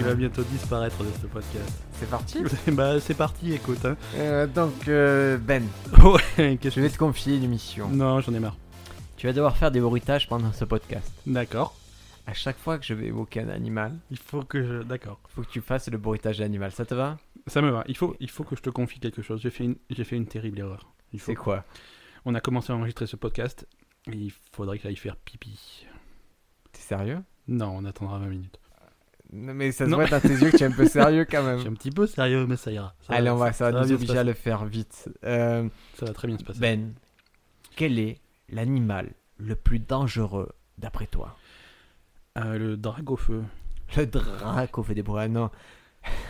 va bientôt disparaître de ce podcast. Ah C'est parti bah, c'est parti, écoute. hein. Euh, Donc, euh, Ben, Ouais, qu'est-ce je vais te confier une mission. Non, j'en ai marre. Tu vas devoir faire des bruitages pendant ce podcast. D'accord. À chaque fois que je vais évoquer un animal, Il faut que je. D'accord. il faut que tu fasses le bruitage de l'animal. Ça te va Ça me va. Il faut, il faut que je te confie quelque chose. J'ai fait une, j'ai fait une terrible erreur. Il faut... C'est quoi On a commencé à enregistrer ce podcast. et il faudrait que j'aille faire pipi. T'es sérieux Non, on attendra 20 minutes. Non, mais ça se Non. voit dans tes yeux que tu es un peu sérieux quand Je suis même. un petit peu sérieux, mais ça ira. Ça Allez, on va, ça ça va va nous bien se obliger à passer. le faire vite. Euh, Ça va très bien se passer. ben, quel est l'animal le plus dangereux d'après toi Euh, le drague au feu. Le drac au feu des bois, non.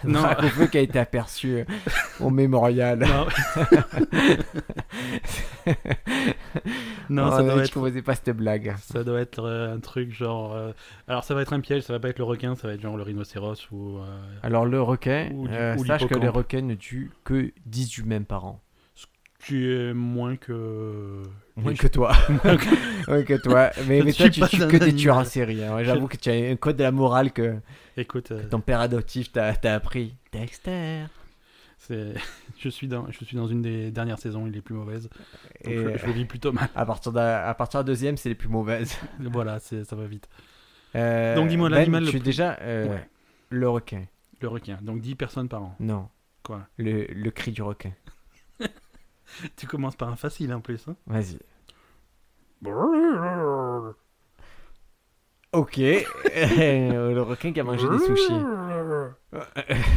Non. Non. drac au feu qui a été aperçu au mémorial. Non, non ça, Oh, doit je être, trouvais pas cette blague. ça doit être euh, un truc genre. euh, Alors, ça va être un piège, ça va pas être le requin, ça va être genre le rhinocéros ou. euh, Alors le requin, Ou du- euh, ou sache que l'hippocampe. les requins ne tuent que 18 mèmes par an. qui est moins que. Moins les- que toi. Moins que- Moins que toi. Mais, mais Je ne toi, suis tu pas tues un que des animal. tueurs en série. hein. Ouais, J'avoue que tu as un code de la morale que Écoute, euh, ton père adoptif t'a t'a appris. Dexter. c'est- je, suis dans, je suis dans une des dernières saisons, il est plus mauvaise. Donc Et euh, je, je le vis plutôt mal. à partir de, à partir de la deuxième, c'est les plus mauvaises. voilà, c'est- ça va vite. Euh, Donc, dis-moi Ben, l'animal le Tu es plus- déjà euh, Ouais. le requin. Le requin. Donc 10 personnes par an. Non. Quoi Le, le cri du requin. Tu commences par un facile en plus. hein. Vas-y. Ok. le requin qui a mangé des sushis.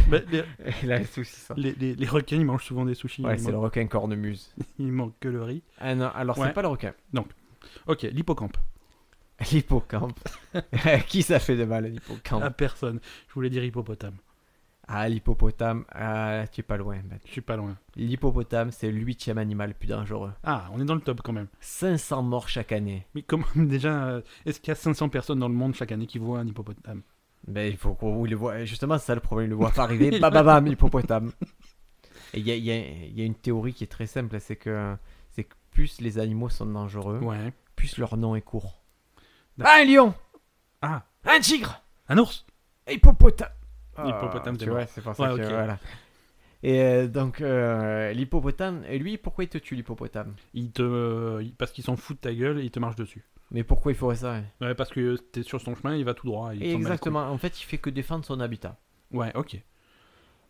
Bah, les, Il a des sushis. ça. les- les- les requins, ils mangent souvent des sushis. Ouais, ils, c'est le manquent, requin cornemuse. ils manquent que le riz. Ah non, alors Ouais. c'est pas le requin. Ok, l'hippocampe. L'hippocampe. Qui ça fait de mal, À l'hippocampe personne. Je voulais dire hippopotame. Ah, l'hippopotame, ah, tu es pas loin. Ben. Je suis pas loin. L'hippopotame, c'est le huitième animal le plus dangereux. Ah, on est dans le top quand même. 500 morts chaque année. Mais comment déjà, euh, est-ce qu'il y a 500 personnes dans le monde chaque année qui voient un hippopotame Ben, il faut qu'on il le voit. Justement, c'est ça le problème, il le voit pas arriver. Bam, bam, bam, hippopotame. Et il y a, il y a- il y a une théorie qui est très simple, c'est que, c'est que plus les animaux sont dangereux, Ouais. plus leur nom est court. D'accord. Ah, un lion Ah, Un tigre un ours Hippopotame. Ah, Hippopotame, tu c'est vois, bon. c'est pour ça Ouais, que ok. voilà. Et euh, donc euh, l'hippopotame, et lui, pourquoi il te tue l'hippopotame Il te, euh, il- parce qu'il s'en fout de ta gueule, il te marche dessus. Mais pourquoi il ferait ça Ouais, parce que t'es sur son chemin, il va tout droit. il Et s'en bat les Exactement. En fait, il fait que défendre son habitat. couilles. Ouais, ok.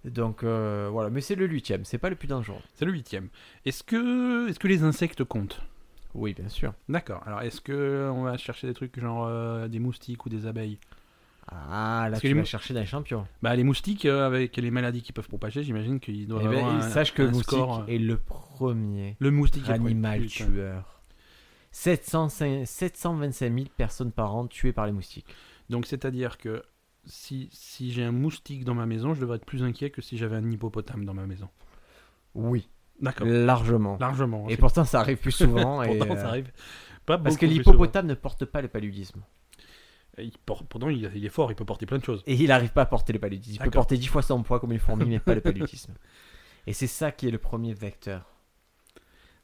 Donc euh, voilà, mais c'est le huitième, c'est pas le plus dangereux. C'est le huitième. Est-ce que, est-ce que les insectes comptent Oui, bien sûr. D'accord. Alors, est-ce que on va chercher des trucs genre euh, des moustiques ou des abeilles Ah là, Parce que tu les vas mou- chercher d'un champion. Bah, les moustiques euh, avec les maladies qu'ils peuvent propager, j'imagine qu'ils doivent Eh ben, avoir un, sache que un le moustique score, euh, est le premier le moustique est- animal Putain. tueur. 705 725 000 personnes par an tuées par les moustiques. Donc, c'est-à-dire que si, si j'ai un moustique dans ma maison, je devrais être plus inquiet que si j'avais un hippopotame dans ma maison. Oui, D'accord. largement. Largement. Et c'est- pourtant, ça arrive plus souvent. et, Pourtant, ça euh, arrive. Pas Parce beaucoup que plus l'hippopotame ne porte pas le paludisme. souvent. Il por- Pourtant, il, il est fort, il peut porter plein de choses. Et il n'arrive pas à porter le paludisme. Il peut D'accord. porter 10 fois son poids comme une fourmi, mais pas le paludisme. Et c'est ça qui est le premier vecteur.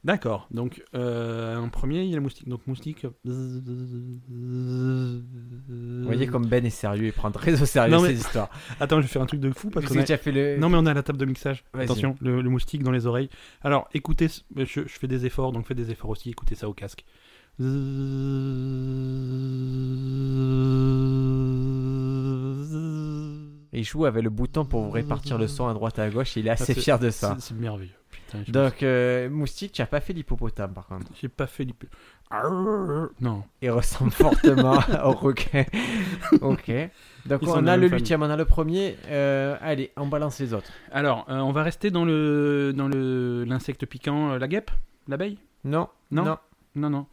D'accord. Donc, euh, en premier, il y a le moustique. Donc, moustique. euh, Vous Vous voyez comme Ben est sérieux, il prend très au sérieux Euh, Non, mais- ces histoires. Attends, je vais faire un truc de fou parce Parce que qu'on a- tu as fait le... Non, mais on a la table de mixage. Vas-y. Attention, le, le moustique dans les oreilles. Alors, écoutez, ce- je, je fais des efforts, donc faites des efforts aussi. Écoutez ça au casque. Il joue avec le bouton pour répartir le son à droite à gauche, et il est assez c'est- fier de ça. C'est- C'est merveilleux. Putain, je- Donc, euh, Moustique, tu n'as pas fait l'hippopotame par contre. j'ai pas fait l'hyp... Arrrr. Non. Il ressemble fortement au requin. ok. Donc, Ils sont on de la a même le famille. huitième, on a le premier. Euh, allez, on balance les autres. Alors, euh, on va rester dans le dans le l'insecte piquant, euh, la guêpe, l'abeille. Non. Non. non. Non, non.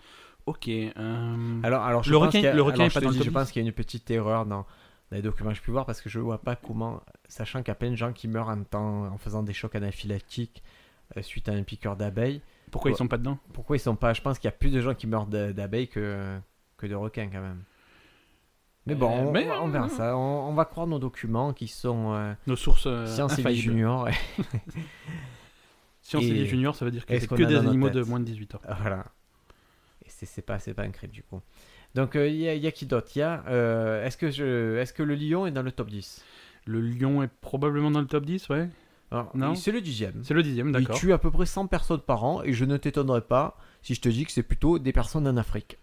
Ok. euh, Alors, alors je Le pense requin- qu'il y a- le requin alors, est je pas te dans le dis, top Je 10. pense qu'il y a une petite erreur dans dans les documents que je peux voir parce que je vois pas comment, sachant qu'il y a plein de gens qui meurent en, temps, en faisant des chocs anaphylactiques euh, suite à un piqueur d'abeilles. pourquoi ouais. ils sont pas dedans Pourquoi ils sont pas Je pense qu'il y a plus de gens qui meurent de- d'abeilles que, que de requins quand même. Mais bon, Euh, on, mais- on verra ça. On, on va croire nos documents qui sont euh, Nos sources euh, Science et Vie infaillibles. Junior. Science et Et- vie junior, ça veut dire que Est-ce c'est qu'on que a des dans notre animaux de tête moins de 18 ans. Voilà. Et c'est c'est pas, c'est pas un crime du coup. Donc euh, il y, a- il y a qui d'autre Il y a, euh, Est-ce que, je- est-ce que le lion est dans le top 10 Le lion est probablement dans le top 10, ouais. Alors, Non. il- C'est le dixième. C'est le dixième, Il d'accord. tue à peu près 100 personnes par an et je ne t'étonnerai pas si je te dis que c'est plutôt des personnes en Afrique.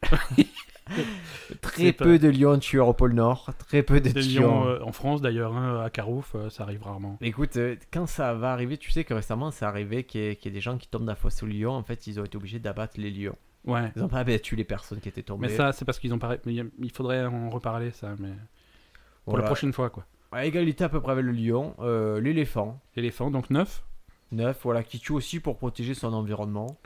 C'est très pas- peu de lions tueurs au pôle Nord, très peu de Des tueurs. lions euh, en France d'ailleurs, hein, à Carouf, euh, ça arrive rarement. Écoute, euh, quand ça va arriver, tu sais que récemment, ça arrivé qu'il y, ait- qu'il y ait des gens qui tombent dans la fosse aux lions. En fait, ils ont été obligés d'abattre les lions. Ouais. Ils n'ont pas abattu les personnes qui étaient Mais tombées. ça, c'est parce qu'ils ont parlé. mais il y a- Il faudrait en reparler, ça, mais pour Voilà. la prochaine fois, quoi. À égalité à peu près avec le lion, euh, l'éléphant, L'éléphant, donc 9. neuf, voilà, qui tue aussi pour protéger son environnement.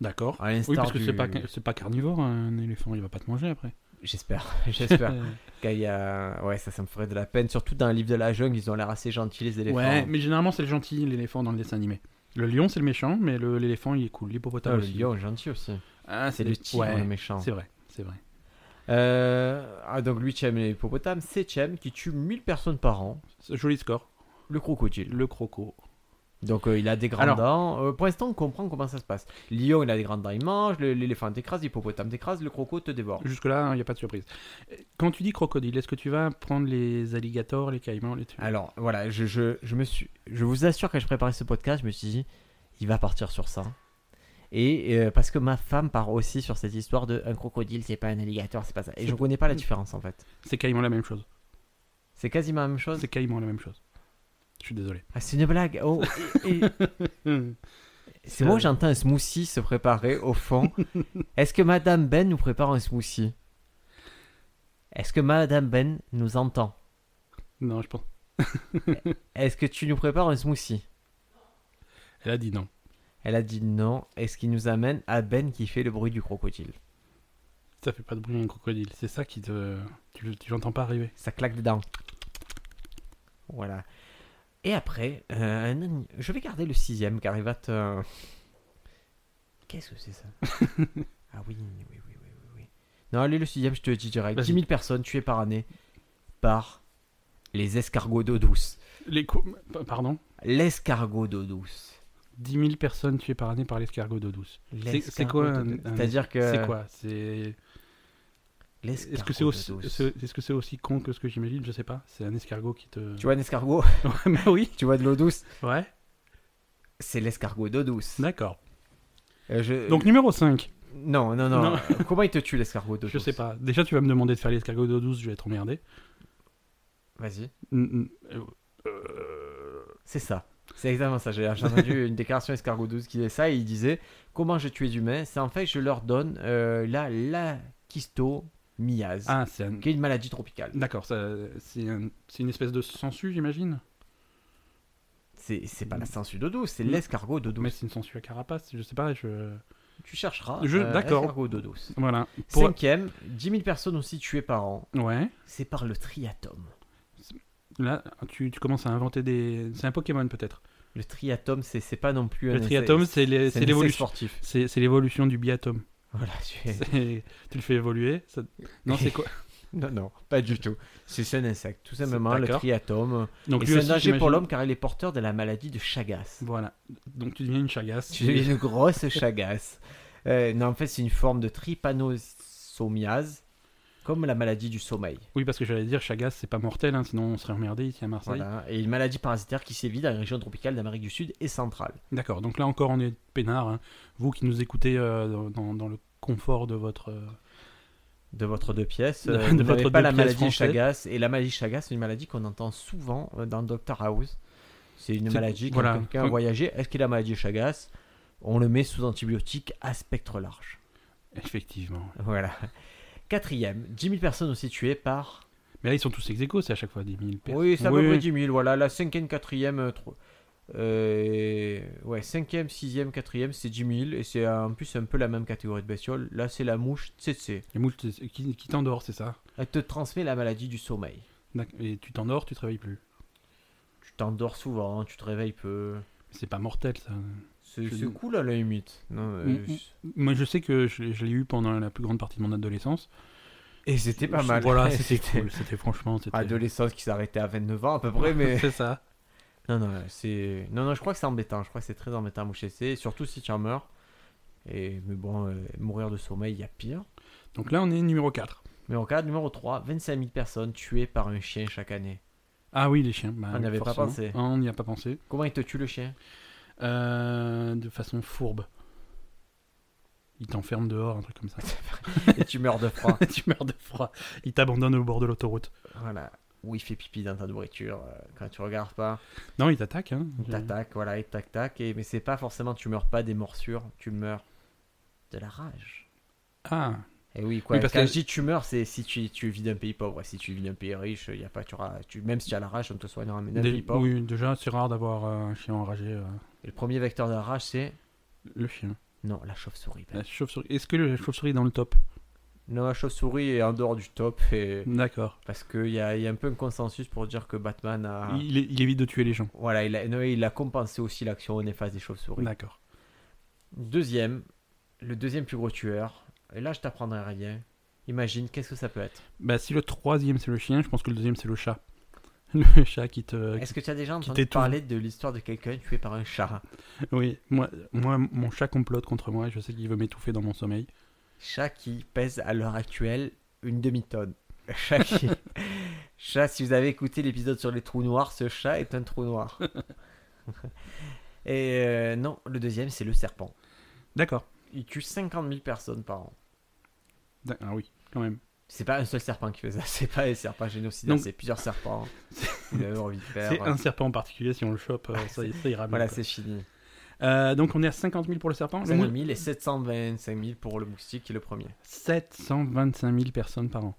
D'accord. À l'instar Oui, parce que du- c'est pas, c'est pas carnivore, un éléphant, il va pas te manger après. J'espère, j'espère. Euh, Quand il y a- Ouais, ça, ça me ferait de la peine. Surtout dans le livre de la jungle, ils ont l'air assez gentils, les éléphants. ouais, mais généralement, c'est le gentil, l'éléphant, dans le dessin animé. Le lion, c'est le méchant, mais le- l'éléphant, il est cool. Ah, L'hippopotame le aussi. lion est gentil aussi. Ah, C'est le tigre, ouais, le méchant. C'est vrai, c'est vrai. Euh, Ah, donc lui, Tchem et l'hippopotame. C'est Tchem qui tue 1000 personnes par an. C'est un Joli score. Le crocodile. Le croco. Donc euh, il a des grands Alors- dents. Euh, pour l'instant, on comprend comment ça se passe. Lion, il a des grandes dents, il mange. le- L'éléphant t'écrase, l'hippopotame t'écrase, le croco te dévore. Jusque-là, il n'y a pas de surprise. Quand tu dis crocodile, est-ce que tu vas prendre les alligators, les caïmans, les trucs Alors voilà, je, je, je me suis, je vous assure quand je préparais ce podcast, je me suis dit, il va partir sur ça. Et euh, parce que ma femme part aussi sur cette histoire de un crocodile, c'est pas un alligator, c'est pas ça. Et je C'est- connais pas la différence en fait. C'est caïman la même chose. C'est quasiment la même chose. C'est caïman la même chose. Je suis désolé. Ah, c'est une blague. Oh, et- et- c'est moi, j'entends un smoothie se préparer au fond. Est-ce que Madame Ben nous prépare un smoothie Est-ce que Madame Ben nous entend Non, je pense. Est-ce que tu nous prépares un smoothie Elle a dit non. Elle a dit non, et ce qui nous amène à Ben qui fait le bruit du crocodile. Ça fait pas de bruit un crocodile. C'est ça qui te. Tu, tu l'entends pas arriver. Ça claque dedans. Voilà. Et après, euh, un ani- je vais garder le sixième car il va te... Qu'est-ce que c'est ça Ah oui, oui, oui, oui, oui, oui. Non, allez, le sixième, je te le dis direct. Vas-y. 10 000 personnes tuées par année par les escargots d'eau douce. Les co- Pardon L'escargot d'eau douce. 10 000 personnes tuées par année par l'escargot d'eau douce. C'est- c'est L'escargot quoi d'eau un- douce. un- C'est-à-dire que... C'est quoi C'est. Est-ce que l'escargot c'est aussi, d'eau douce. c'est- est-ce que c'est aussi con que ce que j'imagine Je sais pas. C'est un escargot qui te. Tu vois un escargot ouais, mais oui. Tu vois de l'eau douce Ouais. C'est l'escargot d'eau douce. D'accord. Euh, je- Donc numéro 5. non, non, non. Non. Comment il te tue l'escargot d'eau Je douce sais pas. Déjà, tu vas me demander de faire l'escargot d'eau douce, je vais être emmerdé. Vas-y. Mm, mm, euh, C'est ça. C'est exactement ça. J'ai j'ai entendu une déclaration escargot douce qui disait ça et il disait comment je tue les humains. C'est en fait je leur donne euh, la lachistomiase, Ah, c'est un... qui est une maladie tropicale. D'accord, ça- c'est un- c'est une espèce de sangsue, j'imagine C'est c'est pas la sangsue d'eau douce, c'est Mm. l'escargot d'eau douce. Mais c'est une sangsue à carapace, je sais pas, je... Tu chercheras. Je- euh, d'accord. Escargot d'eau douce. Voilà. Pour- Cinquième, 10 000 personnes aussi tuées par an. Ouais. C'est par le triatome. Là, tu, tu commences à inventer des... C'est un Pokémon, peut-être. Le triatome, c'est c'est pas non plus un Le essai- triatome, c'est les- c'est c'est un essai l'évolution... sportif. C'est c'est l'évolution du biatome. Voilà, tu es- C'est- Tu le fais évoluer. ça- Non, c'est quoi Non, non, pas du tout. C'est c'est un insecte, tout simplement, C'est- le d'accord. triatome. Donc Et lui c'est un aussi, danger pour j'imagine- l'homme car il est porteur de la maladie de Chagas. Voilà. Donc tu deviens une chagasse. Tu deviens une grosse Chagas. Euh, non, en fait, c'est une forme de trypanosomiase, comme la maladie du sommeil. Oui, parce que j'allais dire, chagasse, c'est pas mortel, hein, sinon on serait emmerdé ici à Marseille. Voilà. Et une maladie parasitaire qui sévit dans les régions tropicales d'Amérique du Sud et centrale. D'accord, donc là encore on est peinard. hein. Vous qui nous écoutez euh, dans- dans, dans le confort de votre... euh, De votre deux pièces, De- euh, de vous votre n'avez deux pas la pièces maladie de français. Chagas. Et la maladie de Chagas, c'est une maladie qu'on entend souvent euh, dans Doctor House. C'est une C'est- maladie quand voilà. quelqu'un a Comme- voyagé. Est-ce qu'il a la maladie de Chagas On le met sous antibiotiques à spectre large. Effectivement. Voilà. Quatrième, 10 000 personnes aussi tuées par. Mais là ils sont tous ex aequo, c'est à chaque fois 10 000 personnes. Oui, ça à peu près 10 000. Voilà, la cinquième, quatrième. euh, tro- euh, Ouais, cinquième, sixième, quatrième, c'est 10 000. Et c'est euh, en plus un peu la même catégorie de bestioles. Là, c'est la mouche tsetse. Les mouches c'est- qui, qui t'endort, c'est ça Elle te transmet la maladie du sommeil. D'ac- Et tu t'endors, tu te réveilles plus. Tu t'endors souvent, hein, tu te réveilles peu. C'est pas mortel ça. C'est Je- c'est cool à la limite. Non, euh, Mm, mm. c'est- Moi je sais que je, l'ai- je l'ai eu pendant la plus grande partie de mon adolescence. Et c'était pas mal. Voilà, c'était cool. C'était franchement... c'était- Adolescence qui s'arrêtait à 29 ans à peu près, mais. c'est ça. non, non, c'est. Non, non, je crois que c'est embêtant. Je crois que c'est très embêtant à moucher. C'est surtout si tu en meurs. Et, mais bon, euh, mourir de sommeil, il y a pire. Donc là on est numéro 4. Mais en cas numéro 3, 25 000 personnes tuées par un chien chaque année. Ah oui, les chiens. bah On n'y oui, avait pas forcément. pensé. Ah, On n'y a pas pensé. Comment il te tue le chien Euh, de façon fourbe. Il t'enferme dehors, un truc comme ça. Et tu meurs de froid. tu meurs de froid. Il t'abandonne au bord de l'autoroute. voilà. Ou il fait pipi dans ta nourriture euh, quand tu regardes pas. Non, il t'attaque. Hein. Il t'attaque, voilà, et tac tac. Et... Mais c'est pas forcément, tu meurs pas des morsures, tu meurs de la rage. Ah, Et oui, quoi. Oui, parce quand que- je dis tu meurs, c'est si tu, tu vis d'un pays pauvre. Si tu vis d'un pays riche, y a pas, tu auras, tu, même si tu as la rage, on te soignera. Mais d'un dé- pays pauvre. oui, déjà, c'est rare d'avoir euh, un chien enragé. euh, Et le premier vecteur de la rage, c'est. le chien. Non, la chauve-souris. ben. La chauve-souris. Est-ce que la chauve-souris est dans le top Non, la chauve-souris est en dehors du top. Et... D'accord. Parce qu'il y a, y a un peu un consensus pour dire que Batman a. Il, est- il évite de tuer les gens. Voilà, il a, non, il a compensé aussi l'action néfaste des chauves-souris. D'accord. Deuxième, le deuxième plus gros tueur. Et là, je t'apprendrai rien. Imagine, qu'est-ce que ça peut être Bah, si le troisième c'est le chien, je pense que le deuxième c'est le chat. Le chat Euh, qui te. Est-ce que tu as déjà entendu t'étouffe. parler de l'histoire de quelqu'un tué par un chat Oui, moi, moi, mon chat complote contre moi et je sais qu'il veut m'étouffer dans mon sommeil. Chat qui pèse à l'heure actuelle une demi-tonne. Chat qui... chat, si vous avez écouté l'épisode sur les trous noirs, ce chat est un trou noir. Et euh, non, le deuxième, c'est le serpent. D'accord. Il tue 50 000 personnes par an. D'ac- Ah oui, quand même. C'est pas un seul serpent qui fait ça, c'est pas un serpent génocidaire, Donc- c'est plusieurs serpents. Il avait envie de faire. euh, C'est un serpent en particulier, si on le chope, euh, ça, ça ira mieux, Voilà, quoi. c'est fini. Euh, donc on est à 50 000 pour le serpent. Le 50 mou- 000 et 725 000 pour le moustique qui est le premier. 725 000 personnes par an.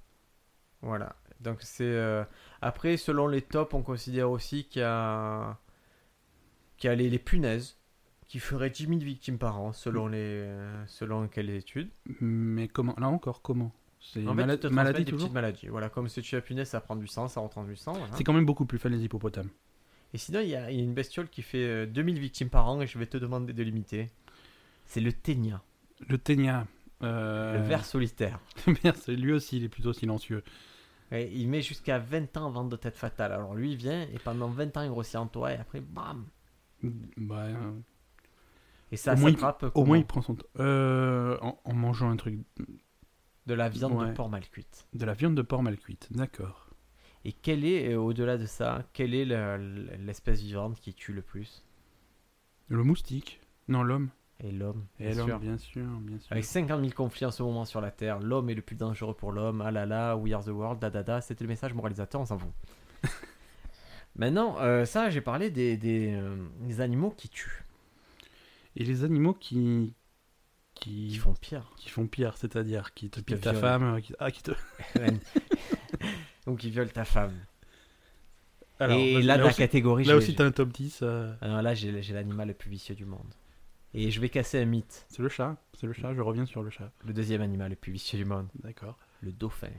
Voilà. Donc c'est. euh, Après, selon les tops, on considère aussi qu'il y a, qu'il y a les, les punaises qui feraient 10 000 victimes par an, Mm. selon les, euh, selon quelles études. Mais comment Là encore, comment C'est En fait, mala- ils te transmettent maladie des toujours petites maladies. Voilà, comme si tu as punaise, ça prend du sang, ça reprend du sang. voilà. C'est quand même beaucoup plus fun les hippopotames. Et sinon, il y, a il y a une bestiole qui fait euh, 2000 victimes par an et je vais te demander de l'imiter. C'est le ténia, Le ténia. euh, le ver solitaire. le ver, c'est- lui aussi, il est plutôt silencieux. Ouais, il met jusqu'à 20 ans avant de t'être fatal. Alors lui, il vient et pendant 20 ans, il grossit en toi et après, bam Bah, euh, Et ça Au moins, il- s'attrape au comment moins, il prend son temps. Euh, en, en mangeant un truc. de la viande de Ouais. porc mal cuite. De la viande de porc mal cuite. D'accord. Et quelle est, euh, au-delà de ça, quelle est le- l'espèce vivante qui tue le plus Le moustique. Non, l'homme. Et l'homme. Et bien sûr. l'homme, bien sûr, bien sûr. Avec 50 000 conflits en ce moment sur la Terre, l'homme est le plus dangereux pour l'homme, ah là là, we are the world, da da da, c'était le message moralisateur, on s'en fout. Maintenant, euh, ça, j'ai parlé des, des, euh, des animaux qui tuent, Et les animaux qui. qui, qui font... font pire. qui font pire, c'est-à-dire qui te Qui te piquent ta violent. femme. euh, Qui... Ah, qui te. Ou qui violent ta femme. Alors, Et vas-y, là, là la aussi, catégorie, là j'ai- aussi, t'as un top 10. euh, Alors Ah là, j'ai j'ai l'animal le plus vicieux du monde. Et je vais casser un mythe. C'est le chat. C'est le chat, je reviens sur le chat. Le deuxième animal le plus vicieux du monde, D'accord. le dauphin.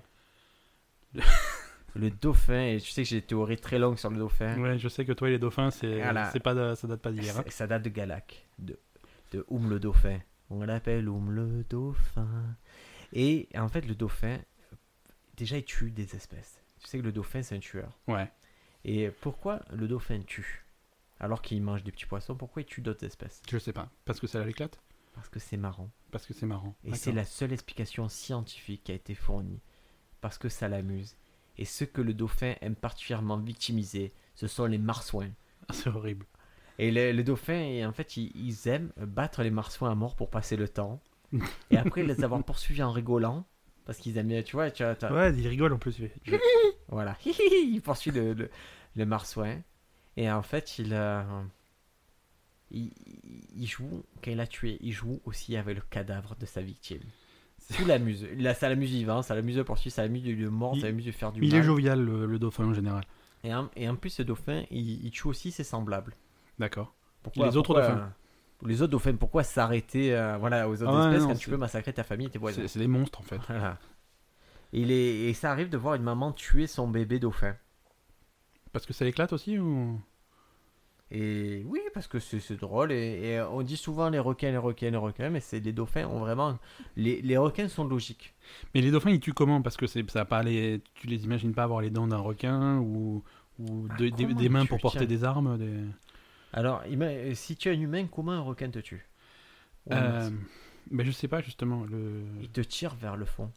le dauphin, et tu sais que j'ai des théories très longues sur le dauphin. Ouais, je sais que toi et les dauphins, c'est euh, Voilà. c'est pas de- ça date pas d'hier. hein. Ça, ça date de Galac, de, de Oum le dauphin. On l'appelle Oum le dauphin. Et en fait, le dauphin, déjà, il tue des espèces. Tu sais que le dauphin, c'est un tueur. Ouais. Et pourquoi le dauphin tue Alors qu'il mange des petits poissons, pourquoi il tue d'autres espèces Je sais pas. Parce que ça l'éclate Parce que c'est marrant. Parce que c'est marrant. Et c'est D'accord. la seule explication scientifique qui a été fournie. Parce que ça l'amuse. Et ce que le dauphin aime particulièrement victimiser, ce sont les marsouins. C'est horrible. Et les, les dauphins, et en fait, ils, ils aiment battre les marsouins à mort pour passer le temps. Et après, les avoir poursuivis en rigolant. Parce qu'ils aiment bien, tu vois, tu vois, t'as- Ouais, il rigole en plus. il fait- je- voilà. ils poursuivent le, le, le marsouin. Et en fait, il, euh, il, il joue, quand il a tué, il joue aussi avec le cadavre de sa victime. C'est- Tout l'amuse. Là, ça l'amuse vivant, ça l'amuse de poursuivre, ça l'amuse de lui mordre, Il- ça l'amuse de faire du Il mal. est jovial, le, le dauphin en général. et, en, et en plus, ce dauphin, il, il tue aussi ses semblables. D'accord. Pourquoi- Les autres pourquoi, dauphins. euh, les autres dauphins, pourquoi s'arrêter euh, voilà, aux autres Ah ouais, espèces non, quand tu c'est- peux massacrer ta famille et tes voisins C'est c'est des monstres en fait. Voilà. Il est- Et ça arrive de voir une maman tuer son bébé dauphin. Parce que ça l'éclate aussi ou... Et oui, parce que c'est c'est drôle. Et, et on dit souvent les requins, les requins, les requins, mais c'est les dauphins ont vraiment. Les, les requins sont logiques. Mais les dauphins, ils tuent comment Parce que c'est- ça a pas les... tu les imagines pas avoir les dents d'un requin ou, ou Ah, de- des, comment des mains tu- pour porter tiens. des armes. Des... Alors, ima- si tu es un humain, comment un requin te tue Ou un Euh, ours Mais je sais pas justement. Le... Il te tire vers le fond,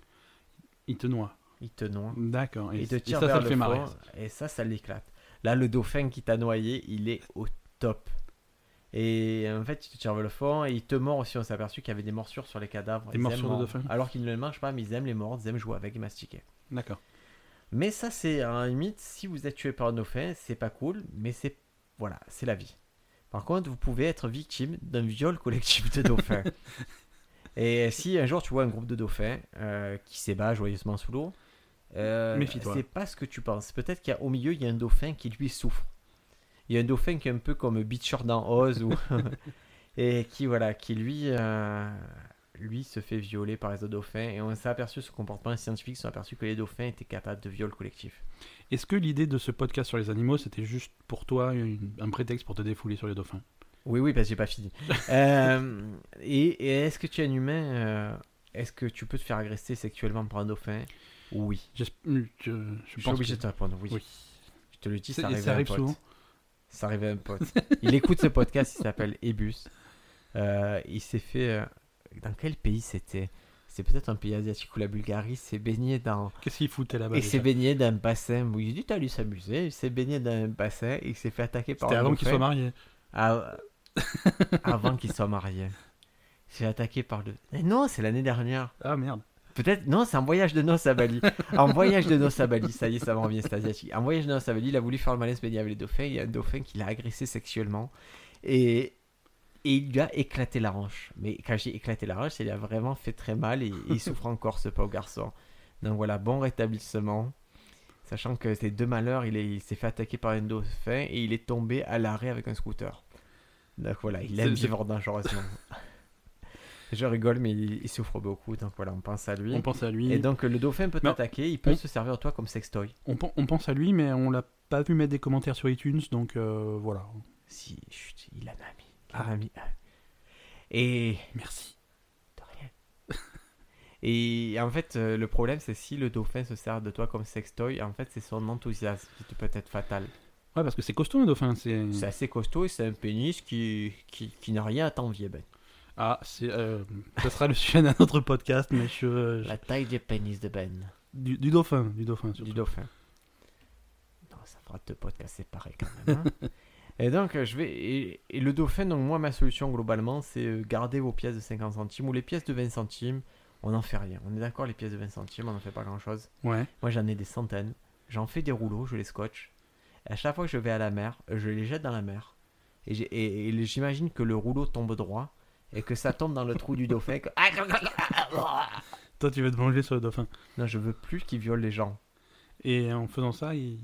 Il te noie. il te noie, D'accord. Et, il te et tire ça, vers ça le le fait marrer. fond, et ça, ça l'éclate. Là, le dauphin qui t'a noyé, il est au top. Et en fait, tu te le fond et il te mord aussi. On s'est aperçu qu'il y avait des morsures sur les cadavres. Des Ils morsures aiment de mordre. dauphin. Alors qu'ils ne les mangent pas, mais ils aiment les mordre, ils aiment jouer avec et mastiquer. D'accord. Mais ça, c'est à la limite, si vous êtes tué par un dauphin, c'est pas cool, mais c'est. Voilà, c'est la vie. Par contre, vous pouvez être victime d'un viol collectif de dauphins. Et si un jour tu vois un groupe de dauphins euh, qui s'ébat joyeusement sous l'eau, euh, Méfie-toi. c'est pas ce que tu penses. Peut-être qu'au milieu, il y a un dauphin qui lui souffre. Il y a un dauphin qui est un peu comme Beecher dans Oz ou. et qui, voilà, qui lui. euh, lui se fait violer par les autres dauphins et on s'est aperçu ce comportement scientifique s'est aperçu que les dauphins étaient capables de viol collectif. Est-ce que l'idée de ce podcast sur les animaux, c'était juste pour toi une- un prétexte pour te défouler sur les dauphins Oui oui parce que j'ai pas fini. Euh, et et est-ce que tu es un humain euh, Est-ce que tu peux te faire agresser sexuellement par un dauphin Oui. J'esp- Je, je Je suis pense obligé que- de te répondre oui. Oui. Je te le dis, C'est- ça et arrive, ça à un arrive pote. souvent Ça arrive à un pote. Il écoute ce podcast, il s'appelle Ebus. Euh, il s'est fait... euh, dans quel pays c'était C'est peut-être un pays asiatique ou la Bulgarie, s'est baigné dans... Qu'est-ce qu'ils foutaient là-bas Et s'est Ah bah déjà baigné d'un bassin. Oui, il dit allé s'amuser. Il s'est baigné d'un bassin et il s'est fait attaquer par C'était un avant qu'ils soient dauphin. mariés. Ah, avant qu'il soit marié. Il s'est fait attaquer par le. Mais non, c'est l'année dernière. Ah merde. Peut-être. Non, c'est un voyage de noces à Bali. En voyage de noces à Bali, ça y est, ça me revient, c'est asiatique. En voyage de noces à Bali, il a voulu faire le malaise, mais il y avait les dauphins. Il y a un dauphin qui l'a agressé sexuellement. Et. Et il lui a éclaté la hanche. Mais quand j'ai éclaté la hanche, il a vraiment fait très mal et, et il souffre encore, ce pauvre garçon. Donc voilà, bon rétablissement. Sachant que ces deux malheurs, il, est- il s'est fait attaquer par un dauphin et il est tombé à l'arrêt avec un scooter. Donc voilà, il aime C'est- c'est- vivre dangereusement. Je rigole, mais il, il souffre beaucoup. Donc voilà, on pense à lui. On pense à lui. Et donc le dauphin peut Mais- t'attaquer, il peut on- se servir de toi comme sextoy. On, pen- on pense à lui, mais on l'a pas vu mettre des commentaires sur iTunes, donc euh, voilà. Si, chut, il en a mis. Il en a mis un. Et Merci. de rien. Et en fait, euh, le problème, c'est si le dauphin se sert de toi comme sextoy, en fait, c'est son enthousiasme qui te peut être fatal. Ouais, parce que c'est costaud un dauphin. C'est C'est assez costaud et c'est un pénis qui, qui, qui n'a rien à t'envier. Ben. ah, c'est euh, ça sera le sujet d'un autre podcast, mais je, je- La taille des pénis de Ben, du, du dauphin, du dauphin. surtout. du dauphin. Non, ça fera deux podcasts séparés quand même. hein. et donc, euh, je vais. Et, et le dauphin, donc, moi, ma solution globalement, c'est euh, garder vos pièces de 50 centimes ou les pièces de 20 centimes. On n'en fait rien. On est d'accord, les pièces de 20 centimes, on n'en fait pas grand chose. Ouais. Moi, j'en ai des centaines. J'en fais des rouleaux, je les scotche. Et à chaque fois que je vais à la mer, je les jette dans la mer. Et j'ai- Et et j'imagine que le rouleau tombe droit et que ça tombe dans le trou du dauphin. que- Ah, Toi, tu veux te venger sur le dauphin. Non, je veux plus qu'il viole les gens. Et en faisant ça, il...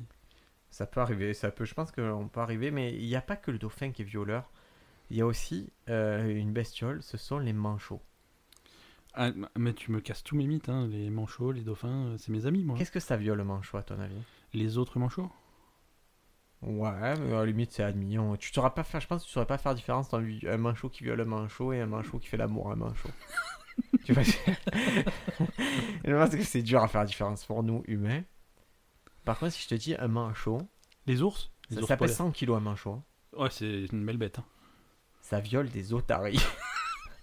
Ça peut arriver, ça peut. Je pense qu'on peut arriver, mais il n'y a pas que le dauphin qui est violeur. Il y a aussi euh, une bestiole, ce sont les manchots. Ah, mais tu me casses tous mes mythes, hein. les manchots, les dauphins, euh, c'est mes amis, moi. Qu'est-ce que ça viole le manchot, à ton avis Les autres manchots Ouais, mais à la limite, c'est admis. On- Tu sauras pas faire, je pense que tu sauras pas faire différence entre un manchot qui viole un manchot et un manchot qui fait l'amour à un manchot. tu vois c'est- Je pense que c'est dur à faire la différence pour nous, humains. Par contre, si je te dis un manchot, Les ours Les ça ours s'appelle polaires. 100 kilos un manchot. hein. Ouais, c'est une belle bête. hein. ça viole des otaries.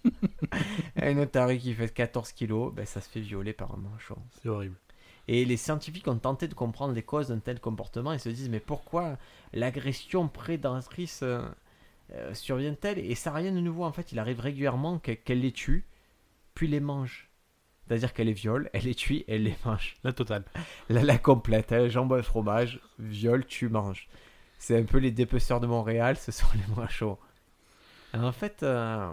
un otarie qui fait 14 kilos, ben, ça se fait violer par un manchot. C'est horrible. Et les scientifiques ont tenté de comprendre les causes d'un tel comportement et se disent mais pourquoi l'agression prédatrice euh, euh, survient-elle Et ça n'a rien de nouveau en fait, il arrive régulièrement que- qu'elle les tue, puis les mange. C'est-à-dire qu'elle les viole, elle les tue, elle les mange. La totale. La, la complète, hein, jambon et fromage, viol, tu manges. C'est un peu les dépeceurs de Montréal, ce sont les moins chauds. Alors, en fait, euh,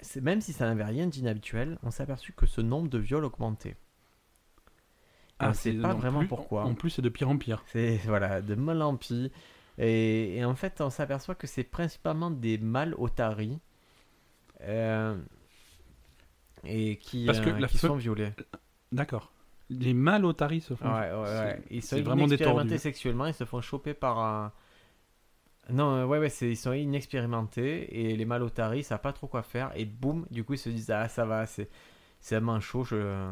c'est- même si ça n'avait rien d'inhabituel, on s'est aperçu que ce nombre de viols augmentait. Ah, on sait pas en vraiment plus- pourquoi. En plus, c'est de pire en pire. C'est voilà, de mal en pis. Et, et en fait, on s'aperçoit que c'est principalement des mâles otaries euh, et qui, Parce que euh, la qui fe- sont violés. D'accord. Les mâles otaries se font. Ouais, ouais, ouais. C'est- Ils sont c'est vraiment des inexpérimentés tordus. sexuellement, ils se font choper par un. Non, euh, ouais, ouais, c'est- ils sont inexpérimentés et les malotaris, ils savent pas trop quoi faire et boum, du coup, ils se disent Ah, ça va, c'est c'est un manchot, je.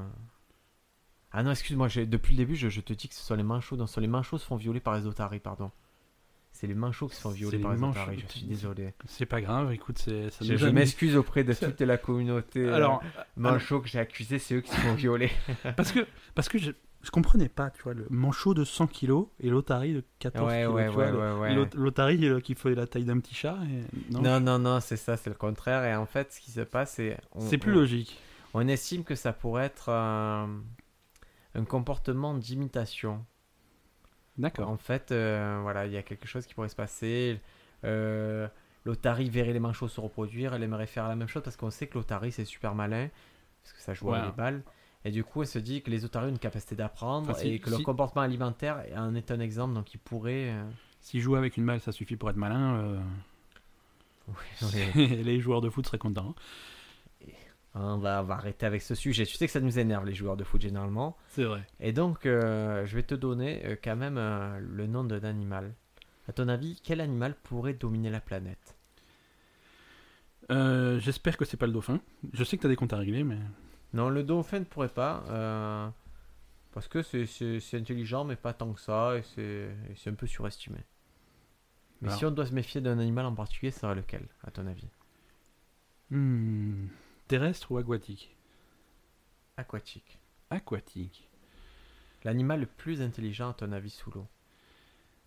Ah non, excuse-moi, j'ai- depuis le début, je, je te dis que ce sont les manchots. Non, ce sont les manchots qui se font violer par les otaries, pardon. C'est les manchots qui se font violer C'est par les les manchots. otaries, je suis désolé. C'est pas grave, écoute, c'est, ça Je, nous je a mis- m'excuse auprès de toute la communauté euh, Alors, manchot que j'ai accusé, c'est eux qui se font violer. parce que, parce que je, je comprenais pas, tu vois, le manchot de 100 kilos et l'otari de 14 ouais, kilos. ouais, tu vois, ouais, le- ouais, ouais. l'ot- L'otari euh, qui fait la taille d'un petit chat. et- Non, Non, non, non, c'est ça, c'est le contraire. Et en fait, ce qui se passe, c'est. on- c'est plus on- logique. On estime que ça pourrait être un, un comportement d'imitation. D'accord. En fait, euh, voilà, il y a quelque chose qui pourrait se passer. Euh, L'Otari verrait les manchots se reproduire, elle aimerait faire la même chose parce qu'on sait que l'Otari c'est super malin, parce que ça joue Ouais. avec les balles. Et du coup, elle se dit que les Otari ont une capacité d'apprendre Enfin, si- et que leur si- comportement alimentaire en est un exemple, donc ils pourraient. euh, Si jouer avec une balle, ça suffit pour être malin, euh, ouais. les joueurs de foot seraient contents. hein. Hein, on, va, on va arrêter avec ce sujet. Tu sais que ça nous énerve les joueurs de foot généralement. C'est vrai. Et donc, euh, je vais te donner euh, quand même euh, le nom d'un animal. À ton avis, quel animal pourrait dominer la planète Euh, J'espère que c'est pas le dauphin. Je sais que t'as des comptes à régler, mais. Non, le dauphin ne pourrait pas. euh, parce que c'est- c'est c'est intelligent, mais pas tant que ça. Et c'est et c'est un peu surestimé. Mais Alors. si on doit se méfier d'un animal en particulier, ça serait lequel, à ton avis Hmm, Terrestre ou aquatique Aquatique. Aquatique. L'animal le plus intelligent, à ton avis, sous l'eau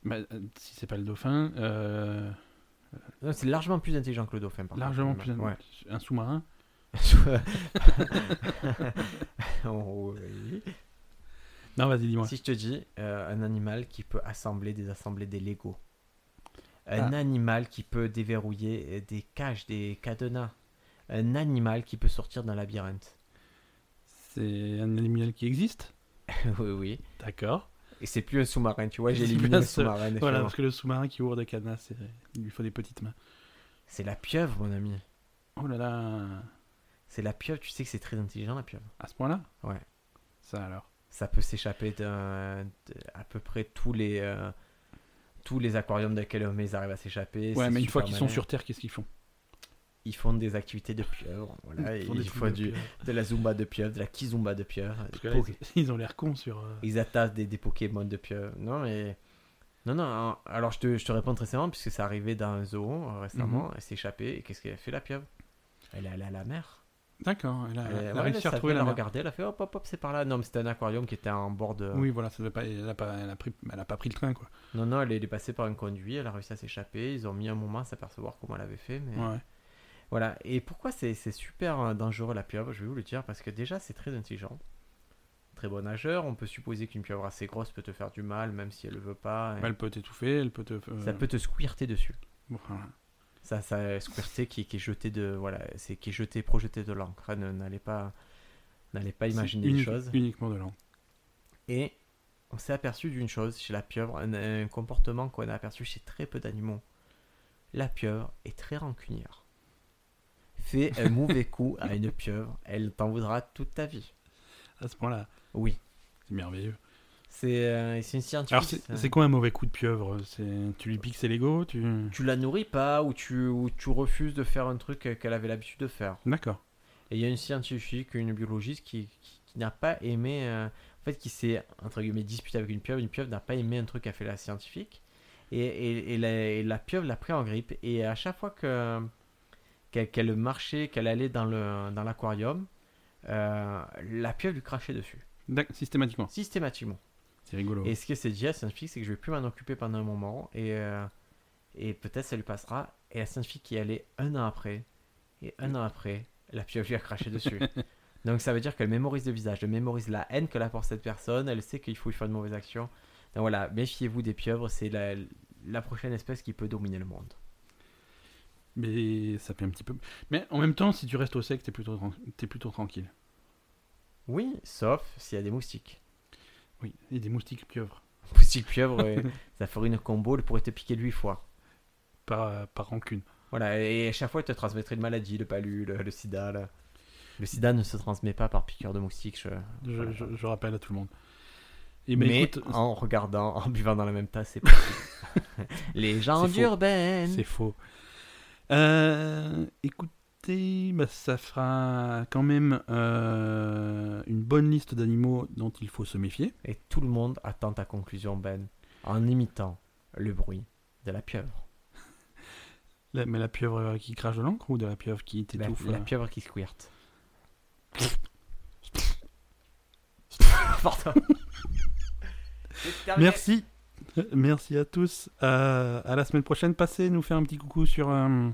Bah, euh, si c'est pas le dauphin, euh, Non, C'est largement plus intelligent que le dauphin, par contre, largement plus. l'animal. Ouais. Un, un sous-marin Oh, oui. Non, vas-y, dis-moi. Si je te dis euh, un animal qui peut assembler, désassembler des Legos. Ah. Un animal qui peut déverrouiller euh, des cages, des cadenas. Un animal qui peut sortir d'un labyrinthe. C'est un animal qui existe oui, oui. D'accord. Et c'est plus un sous-marin, tu vois, j'ai C'est éliminé bien le sûr. sous-marin. Voilà, finalement. parce que le sous-marin qui ouvre des cadenas, c'est- il lui faut des petites mains. C'est la pieuvre, mon ami. Oh là là C'est la pieuvre, tu sais que c'est très intelligent, la pieuvre. À ce point-là Ouais. Ça alors. Ça peut s'échapper d'un- de- à peu près tous les, euh, tous les aquariums de quel homme ils arrivent à s'échapper. Ouais, c'est mais une fois super qu'ils sont malin. sur Terre, qu'est-ce qu'ils font Ils font des activités de pieuvre, voilà. Ils Ils font font, des trucs de du, pieuvre. de la zumba de pieuvre, de la kizumba de pieuvre. Parce des que là, poké- ils, ils ont l'air cons sur. euh, Ils attaquent des, des Pokémon de pieuvre. Non, mais. Non, non, en- alors je te, je te réponds très simplement, puisque ça arrivait dans un zoo euh, récemment, Mhm. elle s'est échappée, et qu'est-ce qu'elle a fait la pieuvre Elle est allée à la mer. D'accord, elle a, Elle, Ah, elle a ouais, réussi à savait, retrouver elle la a mer. regardé, elle a fait hop hop hop, c'est par là. Non, mais c'était un aquarium qui était en bord de. Oui, voilà, ça devait pas, elle, a pas, elle, a pris, elle a pas pris le train, quoi. Non, non, elle est elle est passée par un conduit, elle a réussi à s'échapper, ils ont mis un moment à s'apercevoir comment elle avait fait, mais. Ouais. Voilà, et pourquoi c'est c'est super euh, dangereux la pieuvre, je vais vous le dire, parce que déjà c'est très intelligent. Très bon nageur, on peut supposer qu'une pieuvre assez grosse peut te faire du mal, même si elle ne veut pas. et Elle peut t'étouffer, elle peut te. euh, Ça peut te squirter dessus. voilà. Ça, ça squirter qui, qui est jeté de. Voilà, c'est qui est jeté, projeté de l'encre. hein, ne- N'allez pas, n'allez pas imaginer C'est les unique- choses. Uniquement de l'encre. Et on s'est aperçu d'une chose chez la pieuvre, un, un comportement qu'on a aperçu chez très peu d'animaux. La pieuvre est très rancunière. Fais un mauvais coup à une pieuvre, elle t'en voudra toute ta vie. À ce point-là, Oui. c'est merveilleux. C'est euh, c'est une scientifique. Alors, c'est ça. c'est quoi un mauvais coup de pieuvre C'est- Tu lui piques ses Legos tu... Tu la nourris pas ou tu, ou tu refuses de faire un truc euh, qu'elle avait l'habitude de faire. D'accord. Et il y a une scientifique, une biologiste qui, qui- qui n'a pas aimé, euh, en fait, qui s'est, entre guillemets, disputée avec une pieuvre. Une pieuvre n'a pas aimé un truc qu'a fait la scientifique. Et, et- et la, et la pieuvre l'a pris en grippe. Et à chaque fois que, qu'elle, qu'elle marchait, qu'elle allait dans, le, dans l'aquarium, euh, la pieuvre lui crachait dessus, D'ac- Systématiquement. systématiquement. C'est rigolo. Et ce que s'est dit à la scientifique, c'est que je vais plus m'en occuper pendant un moment et, euh, et peut-être ça lui passera. Et la scientifique y est allée un an après, et un an après, la pieuvre lui a craché dessus. Donc ça veut dire qu'elle mémorise le visage, elle mémorise la haine qu'elle a pour cette personne, elle sait qu'il faut lui faire une mauvaise action. Donc voilà, méfiez-vous des pieuvres, c'est la, la prochaine espèce qui peut dominer le monde. Mais ça fait un petit peu. Mais en même temps, si tu restes au sec, t'es plutôt, tran- t'es plutôt tranquille. Oui, sauf s'il y a des moustiques. Oui, et des moustiques pieuvres. Moustique pieuvre, euh, ça ferait une combo, elle pourrait te piquer 8 fois. Par, euh, par rancune. Voilà, et à chaque fois, il te transmettrait une maladie, le palu, le, le sida. là. Le sida ne se transmet pas par piqûre de moustique. je- Je, voilà. je- je rappelle à tout le monde. Et ben, Mais écoute, en regardant, en buvant dans la même tasse, c'est possible. Les gens ben. C'est faux. urbaines. c'est faux. Euh, écoutez, bah, ça fera quand même euh, une bonne liste d'animaux dont il faut se méfier. Et tout le monde attend ta conclusion, Ben, en imitant le bruit de la pieuvre. La- mais la pieuvre euh, qui crache de l'encre ou de la pieuvre qui La, t'étouffe la là pieuvre qui squirt. Pardon. C'est terminé. Merci. Merci à tous. Euh, à la semaine prochaine. Passez nous faire un petit coucou sur, euh,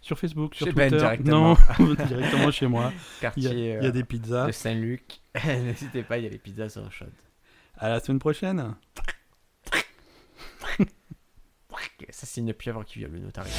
sur Facebook, sur Chez Ben Twitter. directement. Non, directement chez moi. Il y, a, Quartier il y a euh, des pizzas. de Saint-Luc. N'hésitez pas, il y a les pizzas sur chaudes. euh, À la semaine prochaine. Ça, c'est une pieuvre qui viole le notarié.